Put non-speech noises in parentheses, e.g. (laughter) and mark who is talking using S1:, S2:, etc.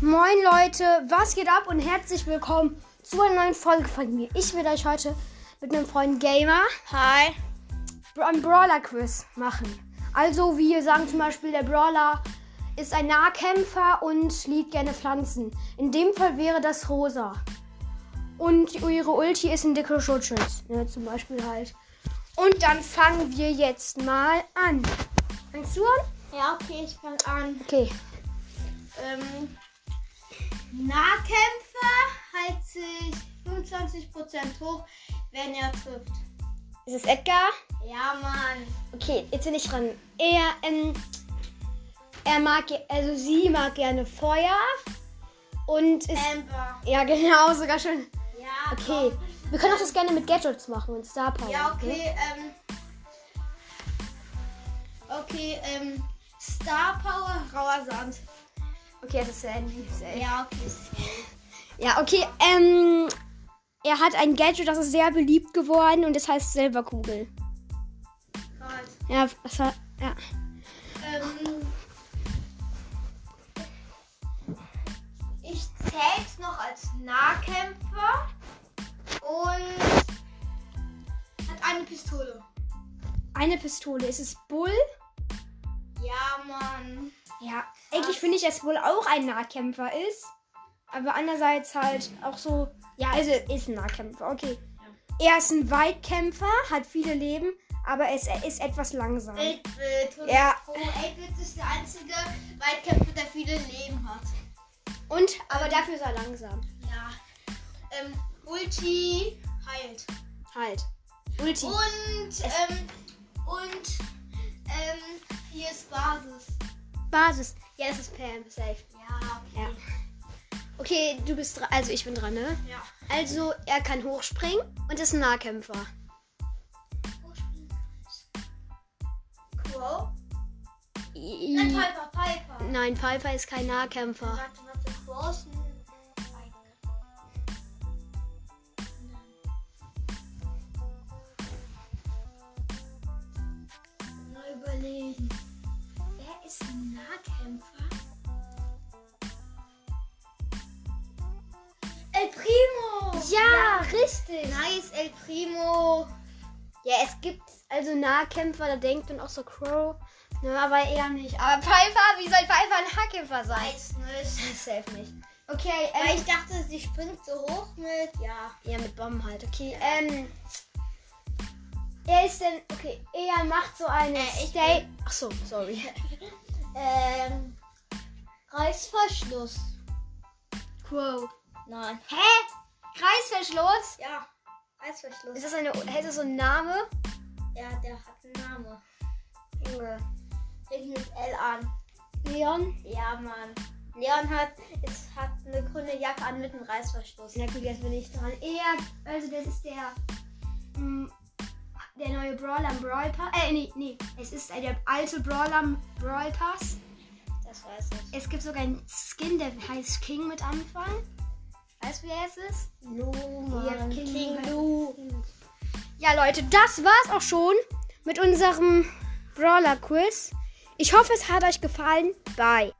S1: Moin Leute, was geht ab und herzlich willkommen zu einer neuen Folge von mir. Ich will euch heute mit meinem Freund Gamer
S2: Hi.
S1: ein Brawler Quiz machen. Also wir sagen zum Beispiel, der Brawler ist ein Nahkämpfer und liebt gerne Pflanzen. In dem Fall wäre das Rosa. Und ihre Ulti ist ein dicker Schutzschutz, ne, zum Beispiel halt. Und dann fangen wir jetzt mal an. Fängst du an?
S2: Ja, okay, ich fange an.
S1: Okay.
S2: Ähm, Nahkämpfer hält sich 25% hoch, wenn er trifft.
S1: Ist es Edgar?
S2: Ja, Mann.
S1: Okay, jetzt bin ich dran. Er, ähm, er mag, ge- also sie mag gerne Feuer und ist,
S2: Amber.
S1: ja (laughs) genau, sogar schon.
S2: Ja,
S1: Okay, wir können auch das gerne mit Gadgets machen und Star Power.
S2: Komm. Ja,
S1: ne?
S2: okay, ähm. Okay, ähm. Star Power, rauer Sand.
S1: Okay, das ist Sandy. safe.
S2: Ja, okay.
S1: Ja, okay, ähm, er hat ein Gadget, das ist sehr beliebt geworden und das heißt Silberkugel.
S2: Gott.
S1: Ja, was war, ja.
S2: Ähm, ich zähl's noch als Nahkämpfer und hat eine Pistole.
S1: Eine Pistole, ist es Bull?
S2: Ja, Mann.
S1: Ja, eigentlich finde ich, dass wohl auch ein Nahkämpfer ist. Aber andererseits halt auch so. Ja, also ist ein Nahkämpfer, okay. Er ist ein Weitkämpfer, hat viele Leben, aber es, er ist etwas langsam.
S2: 8-Bit.
S1: Ja.
S2: 8-Bit ist der einzige Weitkämpfer, der viele Leben hat.
S1: Und, aber dafür ist er langsam.
S2: Ja. Ähm, Ulti heilt.
S1: Halt. Ulti.
S2: Und, ähm, und, ähm, hier ist Basis.
S1: Basis. Ja, das ist Pam, safe.
S2: Ja,
S1: Ja.
S2: okay.
S1: Okay, du bist dran. Also ich bin dran, ne?
S2: Ja.
S1: Also, er kann hochspringen und ist ein Nahkämpfer.
S2: Crow?
S1: I-
S2: Nein,
S1: I-
S2: Piper, Piper.
S1: Nein, Piper ist kein Nahkämpfer.
S2: Warte, warte, Crow ist ein Piper. Nein. Mal überlegen. Wer ist ein Nahkämpfer? El Primo!
S1: Ja, richtig.
S2: Nice, El Primo!
S1: Ja, es gibt also Nahkämpfer, da denkt man auch so Crow. Ne, aber eher nicht. Aber Pfeiffer, wie soll Pfeiffer ein Nahkämpfer sein?
S2: Weiß nicht.
S1: Das (laughs) safe nicht. Okay,
S2: Weil
S1: ähm,
S2: ich dachte, sie springt so hoch mit. Ja.
S1: ja, mit Bomben halt, okay. Ähm, er ist denn, okay, er macht so eine
S2: Äh, ich
S1: Stay. Ach so, sorry.
S2: (laughs) Ähm. Reißverschluss.
S1: Crow.
S2: Nein.
S1: Hä? Kreisverschluss?
S2: Ja. Reißverschluss.
S1: Ist das eine, ist das so ein Name?
S2: Ja, der hat einen Namen.
S1: Junge.
S2: Fängt mit L an.
S1: Leon?
S2: Ja, Mann. Leon hat, ist, hat eine grüne Jacke an mit einem Reißverschluss.
S1: Na gut, jetzt bin ich dran. Er, also das ist der, mm, der neue Brawler im Brawl Pass. Äh, nee, nee. Es ist äh, der alte Brawler im Brawl Pass.
S2: Das weiß ich.
S1: Es gibt sogar einen Skin, der heißt King mit Anfang. Weißt du, wer es ist?
S2: Lu,
S1: Mann.
S2: King,
S1: King
S2: Lu.
S1: Ja, Leute, das war's auch schon mit unserem Brawler-Quiz. Ich hoffe, es hat euch gefallen. Bye.